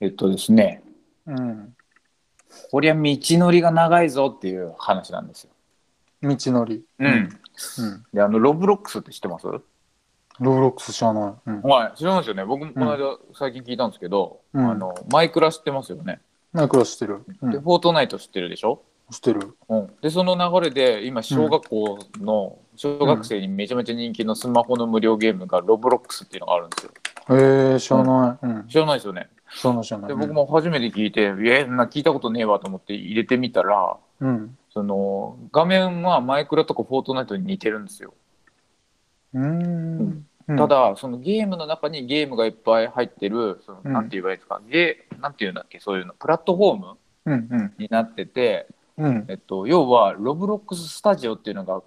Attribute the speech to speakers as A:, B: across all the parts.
A: えっとですね、
B: うん。
A: こりゃ道のりが長いぞっていう話なんですよ。
B: 道のり。
A: うん。
B: うん。
A: で、あの、ロブロックスって知ってます
B: ローロックス知らない。うん。
A: はい、知らないですよね。僕もこの間、最近聞いたんですけど、
B: うん
A: あの、マイクラ知ってますよね。
B: マイクラ知ってる。う
A: で、
B: ん。
A: フォートナイト知ってるでしょ
B: 知ってる。
A: うん、でその流れで今小学校の小学生にめちゃめちゃ人気のスマホの無料ゲームがロブロックスっていうのがあるんですよ。
B: えー、知らない。うん。
A: 知らないですよね。
B: 知らない知らない。
A: で僕も初めて聞いて、いやな聞いたことねえわと思って入れてみたら
B: うん。
A: その画面はマイクラとかフォートナイトに似てるんですよ。
B: うん。うん。
A: た、だそのゲームの中にゲームがいっぱい入ってるその
B: うん
A: なんて言えばいいですか、ゲーなんて言うんだっけそういうのプラットフォーム
B: うんうん。
A: になってて、
B: うん。
A: えっと、要はロブロックススタジオっていうのが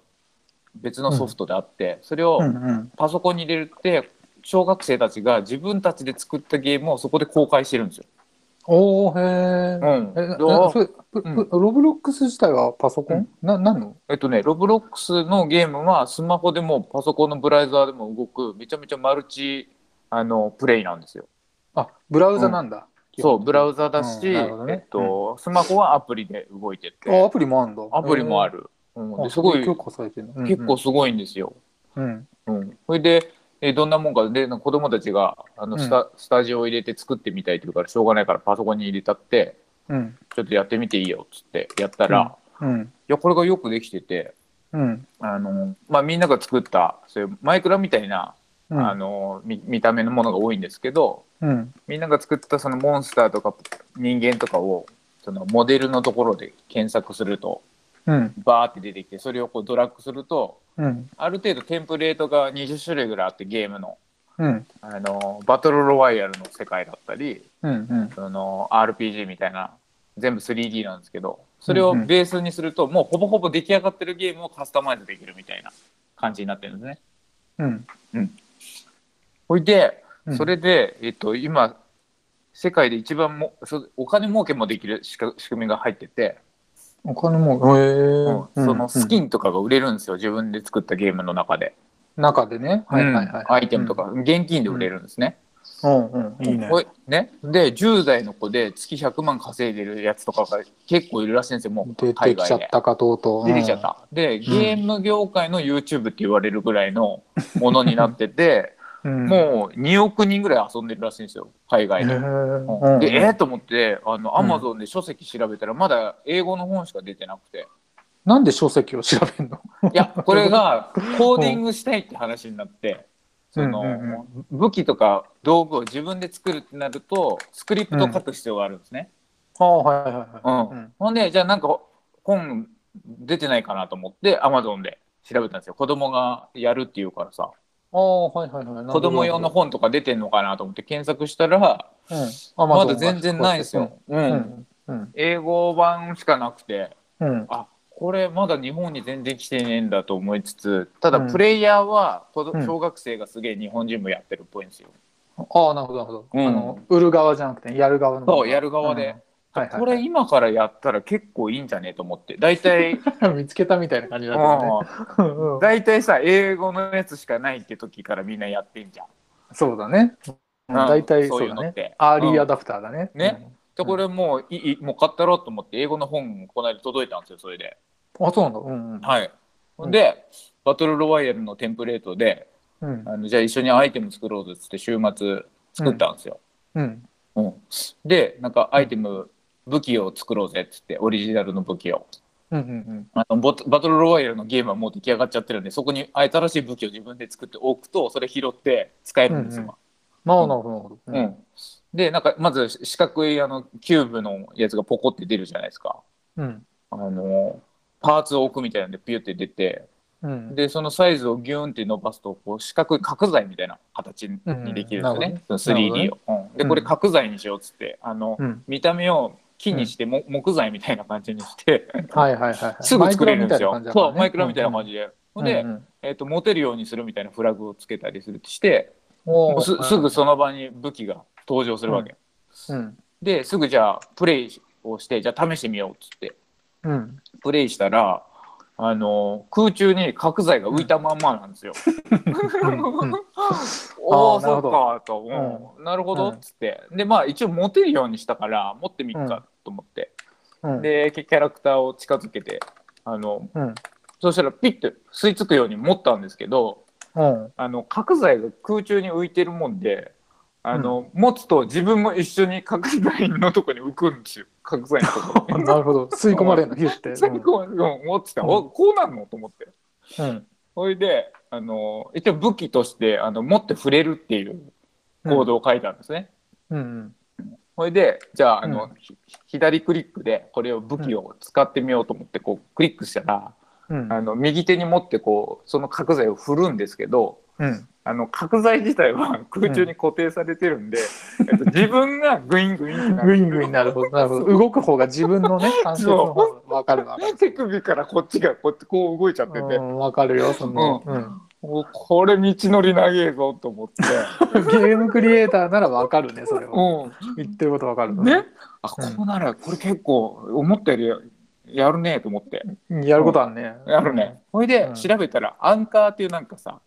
A: 別のソフトであって、それを、
B: うんうん。
A: パソコンに入れるって小学生たちが自分たちで作ったゲームをそこで公開してるんですよ。
B: おーへー。
A: うん
B: え、な
A: ど
B: な
A: う
B: それ、プ
A: うん
B: プロブロックス自体はパソコンな、なんの
A: えっとね、ロブロックスのゲームはスマホでもパソコンのブラウザーでも動くめちゃめちゃマルチあのプレイなんですよ。
B: あ、ブラウザなんだ。
A: そうブラ
B: ウ
A: ウザだし、
B: うんなるほどね
A: えっとスマホはアプリで動いて
B: あ、
A: て
B: アプリもあるんだ。
A: アプリもあ
B: る。
A: る。う
B: あ
A: ん、ですごい
B: 許可されてるの。うん
A: 結構、すごいんですよ。
B: うん。
A: うん、それでえどんなもんかでなんか子供たちがあのスタ,、スタジオを入れて作ってみたいって言うからしょうがないからパソコンに入れたって。
B: うん。
A: ちょっとやってみていいよっつってやったら、
B: うん
A: い
B: うん。
A: やこれがよくできてて
B: うん。
A: あの、まあ、みんなが作ったそういうマイクラみたいな、
B: うん
A: あのみ見た目のものが多いんですけど
B: うん。
A: みんなが作ったそのモンスターとか人間とかをそのモデルのところで検索すると
B: うん。
A: バーって出てきてそれをこうドラッグすると
B: うん。
A: ある程度テンプレートが20種類ぐらいあってゲームの。
B: うん。
A: あのバトルロワイヤルの世界だったり
B: うん。うん。
A: その RPG みたいな全部 3D なんですけどそれをベースにするともうほぼほぼ出来上がってるゲームをカスタマイズできるみたいな感じになってるんですね。
B: うん。
A: ほいで
B: うん
A: それで、えっと、今世界で一番もそお金儲けもできる仕組仕組みが入ってて、
B: お金も、えー
A: うんそのスキ
B: ン。
A: ンとかが売れるんですよ、自分で作ったゲームの中で、
B: 中でね。はいはいはい。
A: うんアイテムとか、現金で売れるんですね。
B: うん。うん。うん。いいね。
A: ほいねで10代の子で月100万稼いでるやつとかが結構いるらしいんですよもう
B: 出
A: 海
B: て
A: 外
B: きちゃっ
A: で。
B: たか、とうとう。
A: 出てきちゃった。で、ゲーム業界の YouTube って言われるぐらいのものになってて、
B: うん。うん、
A: もう2億人ぐらい遊んでるらしいんですよ、海
B: へ
A: 外で。
B: ーうん、
A: で、え
B: え
A: ー、と思って、あの、アマゾンで書籍調べたら、まだ英語の本しか出てなく て。
B: なんで書籍を調べるの
A: いや、これが、コーディングしたいって話になって、その、
B: うんうん
A: 武器とか道具を自分で作るってなると、スクリプトを書く必要があるんですね。
B: ああ、はいはいは
A: うん。
B: うん
A: ほんで、じゃあなんか本出てないかなと思って、アマゾンで調べたんですよ。子供がやるっていうからさ、
B: い。ああ、はいはいはい。
A: 子供用の本とか出てんのかなと思って検索したら、まだ全然ないんですよ。。う。
B: うんん。うん。
A: 英語版しかなくて、
B: うん。
A: あこれまだ日本に全然来てねえんだと思いつつ、ただ
B: うん
A: プレイヤーは子ど
B: うん
A: 小学生がすげえ日本人もやってるっぽいんですよ。
B: ああ、なるほど、なるほど。
A: うん
B: あの、売る側じゃなくて、やる側の。
A: そう、やる側
B: うん
A: で。。
B: はいはい
A: これ今からやったら結構いいんじゃねえと思って。大体、
B: 見つけたみ たいな感じだったよね。
A: うん。
B: うんうん
A: 大体さ英語のやつしかないって時からみんなやってんじゃん。
B: そうだね。うん
A: うん
B: 大体
A: そう
B: そ
A: いう
B: うだ
A: のっ
B: ね
A: て。
B: アーリーアダプターだね。
A: うんねでこれもういいもう買ったろうと思って英語の本この間届いたんですよそれで。
B: うん。あ、そうなんだ。うんうん。
A: はい、
B: うん
A: でバトルロワイヤルのテンプレートで
B: うん。
A: あのじゃあ一緒にアイテム作ろうぜっつって週末作ったんですよ。
B: うん。
A: うんでなんかアイテム武器を作ろうぜっつってオリジナルの武器を。
B: うんうん
A: あのボトバトルロワイヤルのゲームはもう出来上がっちゃってるんでそこに新しい武器を自分で作っておくとそれ拾って使えるんですよ。
B: うんうんなあなるほどなるほど。
A: う。ん、でなんかまず四角いあのキューブのやつがポコって出るじゃないですか
B: うん。
A: あのパーツを置くみたいなんでピュって出て
B: うん。
A: でそのサイズをギューンって伸ばすとこう四角い角材みたいな形にできるんですよね、
B: うん
A: その 3D を、うんでこれ
B: うん
A: 角材にしようっつってあの、
B: うん。
A: 見た目を木にして、も木材みたいな感じにして、
B: はいはいはいはい。
A: すぐ作れるんですよそうマイクラみたいな感
B: じ
A: じで、
B: だ
A: ほん
B: から
A: で、
B: ね。うんうん
A: えー、と持てるようにするみたいなフラグをつけたりするして
B: おー
A: すすぐその場に武器が登場するわけ、
B: うん。
A: ですぐじゃあプレイをしてじゃあ試してみようっつって
B: うん。
A: プレイしたらあの空中に角材が浮いたまんまなん ですよ。
B: うん
A: お
B: あ
A: お
B: ーなる
A: そ
B: ほ
A: っ
B: ど
A: かと、うんなるほど
B: うん
A: っつって、でまあ一応持てるようにしたから持ってみっかと思って、
B: うん。
A: でキャラクターを近づけてあの
B: うん。
A: そしたらピッて吸い付くように持ったんですけど
B: うん。
A: あの角材が空中に浮いてるもんであの、持つと自分も一緒に角材のとこに浮くんですよ角材のとこに。
B: なるほど。吸い込まれる の、ヒュって。
A: 最後はうん持ってた、おこうなんのと思って。
B: うん。
A: それであの一応武器としてあの持って触れるっていう
B: うん
A: 行動を書いたんですね。
B: うん。
A: それでじゃああの、
B: う
A: ひ左クリックでこれを武器を使ってみようと思ってこうクリックしたら、
B: うん。
A: あの右手に持ってこうその角材を振るんですけど
B: うん。
A: あの角材自体は空中に固定されてるんで、えっと、自分がグイングインってな
B: グ
A: る
B: イングインなるほど。なるほど。動く方が自分のね、関節の方がわかるわかる。
A: 手首からこっちがこうやってこう動いちゃってて、
B: うん、わかるよ、その。うん。
A: おこれ道のり長えぞと思 って。
B: ゲームクリエイターならわかるね、それは。
A: うん
B: 言ってることわかる。
A: ね。あ
B: うん
A: こうならこれ結構思ったよりやるねと思って
B: やることあんね。
A: やるね。ほいで
B: うん
A: 調べたらアンカーっていうなんかさ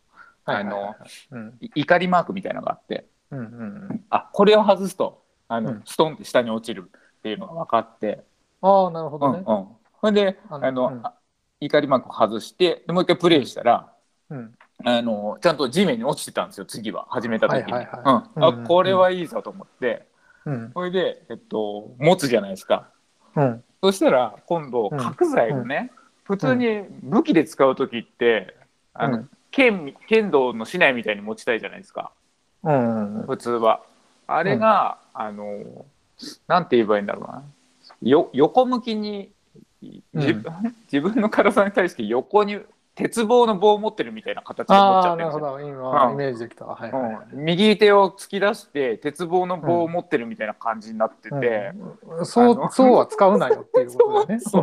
B: は
A: あ
B: いはいはい
A: の
B: うん。
A: い怒りマークみたいなのがあって
B: うんうん。
A: あこれを外すとあの、
B: うん
A: ストンって下に落ちるっていうのが分かって
B: ああ、なる
A: う
B: ほ
A: ん
B: ど
A: うん
B: ね。
A: ほいで
B: あ
A: あの
B: のうん
A: あ怒りマークを外してでもう一回プレイしたら
B: うん。
A: あのちゃんと地面に落ちてたんですよ次は始めた時に、
B: はいはいは
A: うんあ
B: うんうん
A: これはいいぞと思って
B: うん。
A: ほいで、えっと、持つじゃないですか。
B: うん。
A: そしたら今度
B: うん
A: 角材をね、普通に武器で使う時って、あの
B: うん
A: 剣み剣道の竹刀みたいに持ちたいじゃないですか
B: うん。うん。
A: 普通は。あれが、あのなんて言えばいいんだろうなよ横向きに自分, 、 自分の体に対して横に鉄棒の棒を持ってるみたいな形で持っち
B: あ
A: ゃ
B: あ、
A: って
B: な
A: るん
B: る
A: ですよ。
B: ほど。今、
A: うん
B: イメージできたわ。はいはいはい。
A: うん、右手を突き出して鉄棒の棒を持ってるみたいな感じになってて、
B: うんそ
A: あ
B: う
A: の
B: そうは使うなよっていうことだよね。
A: そ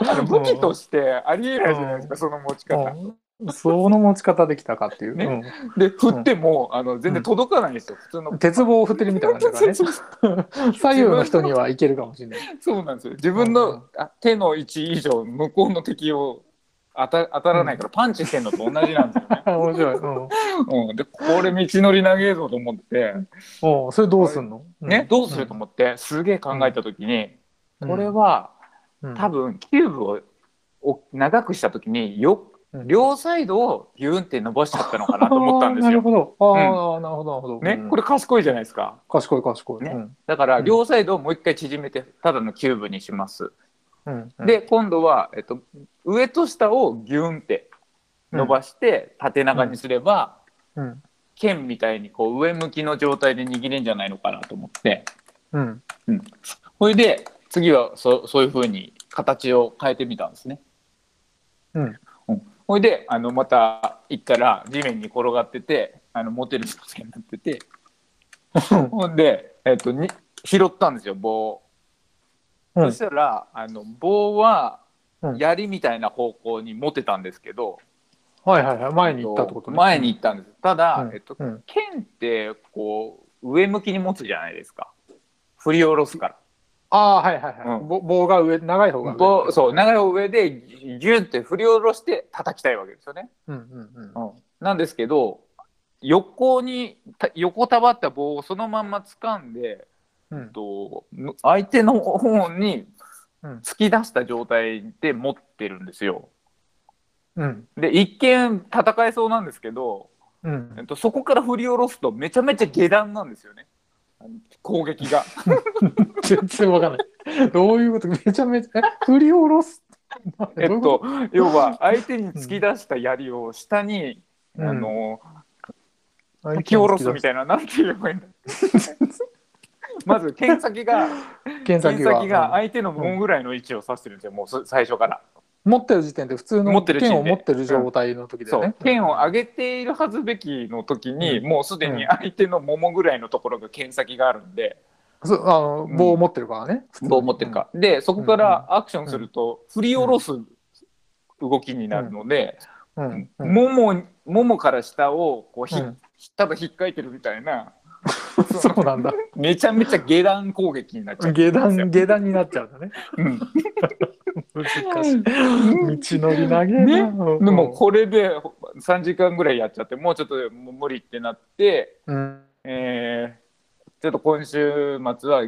A: うあの武器と
B: し
A: してありえないじゃないですか、その持ち方。
B: その持ち方できたかっていう。
A: ね
B: う
A: で振っても、あの全然届かないんですよ、普通の
B: ん。鉄棒を振ってるみたいな感じ だ
A: そ
B: か
A: うそう
B: らね。左右の人にはいけるかもしれ ない。
A: そうなんですよ自分
B: うん。
A: のあ手の位置以上向こうの敵を当た当たらないからパンチしてんのと同じなんですよね
B: 面白い。うん。
A: うん、でこれ道のり長えぞと思って、
B: おうそれどうすんの？
A: ね、どうすると思ってすげえ考えた時に、
B: うん。
A: これは
B: うん
A: 多分キューブをお長くした時によ
B: うん
A: 両サイドをビューンって伸ばしちゃったのかなと思ったんで
B: あ
A: す
B: ーなる
A: よ。
B: ほど。ああ、なるほどなるほど。
A: ね
B: うん、
A: これ賢いじゃないですか。
B: 賢い賢い。
A: ね
B: うん
A: だから
B: うん
A: 両サイドをもう一回縮めてただのキューブにします。
B: うんうん
A: で今度は、えっと、上と下をギュンって伸ばして縦長にすれば、
B: うん
A: 剣みたいにこう上向きの状態で握れんじゃないのかなと思って
B: うん
A: それで次はそそういう風に形を変えてみたんですね。
B: うん
A: それであのまた行ったら地面に転がっててあのモテる状態になっててほんで、えっと、に拾ったんですよ棒を。
B: う
A: そ
B: ん
A: したらあの棒は
B: うん
A: 槍みたいな方向に持てたんですけど、
B: はいはいはい前に行ったってことね。
A: 前に行ったんですただ、
B: うん
A: えっと、
B: うん
A: 剣ってこう上向きに持つじゃないですか振り下ろすか
B: ああーはいはいは
A: う
B: い。
A: ん
B: ぼ棒が上長い方が
A: ら
B: 上。
A: 棒そう長い方上でギュンって振り下ろして叩きたいわけですよね、
B: うんうん
A: なんですけど横にた横たわった棒をそのまんま掴んで、
B: うんう
A: えっ
B: ん
A: とむ相手の方に
B: うん
A: 突き出した状態で持ってるんですよ。
B: うん
A: で一見戦えそうなんですけど、
B: う
A: えっ
B: ん。
A: と、そこから振り下ろすとめちゃめちゃ下段なんですよねあの攻撃が
B: 全然わかんない。どういうこと？めちゃめちゃえ振り下ろす。
A: えっ
B: どういうこと
A: 要は相手に突き出した槍を下に、
B: うん
A: あの
B: と、
A: 突き下ろすみたいななんて言えばいいんだまず剣先が
B: 検
A: 剣
B: 索が
A: 先が相手の門ぐらいの位置を指してるんですよもうそ最初から、
B: 持ってる時点で普通
A: 持
B: の
A: ってる時点
B: 剣
A: で
B: を持ってる状態の時だ
A: そ
B: よ
A: う
B: ね。
A: 剣を上げているはずべきの時に、
B: う
A: もうすでに相手の桃ぐらいのところが剣先があるんで、
B: そうあの
A: うん
B: 棒を持ってるからね。
A: どう思ってるか、でそこからアクションすると振り下ろす動きになるので、
B: うん。うん
A: ももももから下をこうひ、
B: うん
A: ただ引っかいてるみたいな
B: そうなんだ。
A: めちゃめちゃ下段攻撃になっちゃうんです
B: 下
A: よ
B: 段、下段になっちゃうんだね。
A: うん
B: 難しい。道のり長いな。
A: ね
B: うん
A: でもこれで3時間ぐらいやっちゃってもうちょっともう無理ってなって、
B: うん、
A: えーちょっと今週末は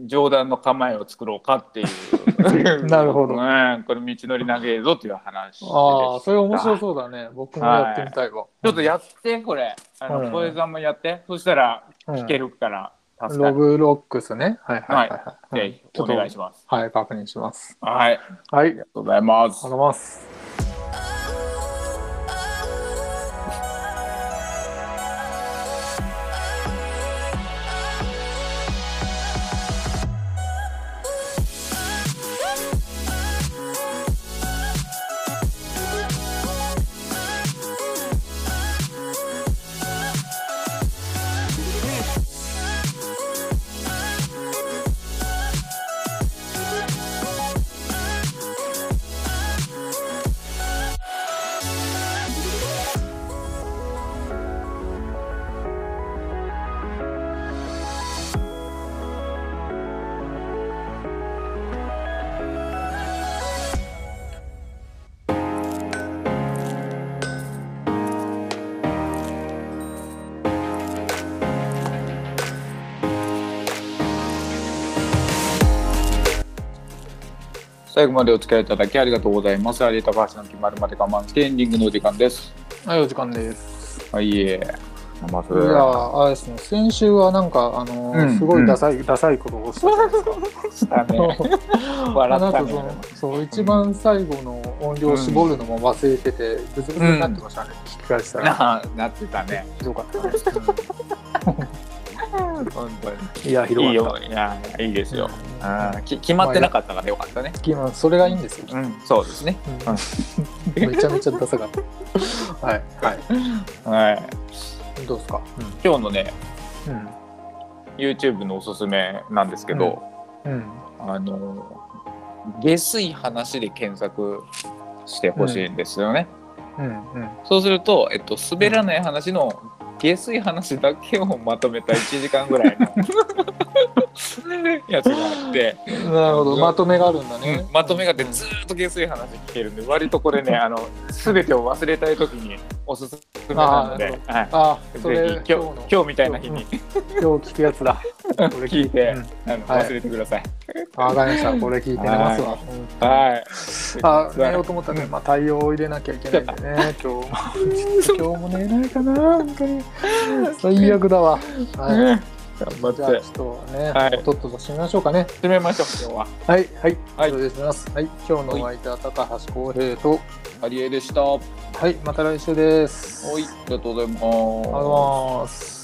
A: 上段の構えを作ろうかっていう
B: なるほど
A: うん、これ道のり長えぞっていう話です
B: ああ、それ面白そうだね。僕もやってみたいわ。
A: ちょっとやってこれあ
B: は
A: の
B: い
A: 小江さんもやってそしたら
B: うん
A: 聞けるから助か
B: ロ
A: る、
B: ブロックスね。はいはいはいはい。
A: ぜひお願いし
B: ま
A: ます
B: す。はい、確認します。
A: はいありが
B: はい、ありがと
A: とうございます
B: うございます。
A: 最後までお付き合いいただきありがとうございます有田橋の決まるまで我慢してエンディングのお時間です
B: はい、お時間です。
A: はいえまず
B: いやー、あれですね、先週はなんか、あのー
A: うん
B: すごいダサい、ダサいことをしてたんです
A: した
B: け
A: ね
B: どあ
A: 笑
B: な
A: った
B: た
A: ね
B: そのそう一番最後の音量を絞るのも忘れてて、ぐずぐずになってましたね、聞き返したら
A: ななってたね
B: ひどかったです、
A: 本当に
B: いやひどかった
A: いいよいやいいですよ、あーき決まってなかったからよかったね
B: 今それがいいんですよ、
A: うんそうですね
B: うんめちゃめちゃダサかったはいは
A: は
B: い
A: い
B: どうですか
A: 今日のね
B: うん
A: YouTube のおすすめなんですけど、
B: うんうん
A: あの下水話で検索してほしいんですよね、
B: うんうん
A: そうすると、えっと、滑らない話の下水話だけをまとめた1時間ぐらいの やつがあって、
B: なるほどまとめがあるんだね、
A: まとめがあってずーっと下水話聞けるんで割とこれねあの全てを忘れたい時におすすめなの
B: あーな
A: で
B: る。
A: はい
B: あそれ
A: ぜひ今
B: の
A: 日今日みたいな日に
B: 今日聞くやつだこれ
A: 聞いて
B: うん、
A: あの
B: はい
A: 忘れてくだ さい。
B: わかりましたこれ聞いて寝ますわう ん
A: はい。
B: あ寝ようと思ったけど、まあ、対応を入れなきゃいけないん でね今日もちょっと今日も寝れないかな本当に最悪だわ、は
A: 頑張
B: い、じゃあ
A: って
B: ちょっとね、
A: はい
B: とっとと締めましょうかね
A: 締めましょう今日は。
B: はいはい、
A: はい
B: それで締めますはい今日のお相手は高橋浩平と
A: アリエでした。はい、
B: はいまた来週です
A: ありがとうございます。
B: ありがとうございます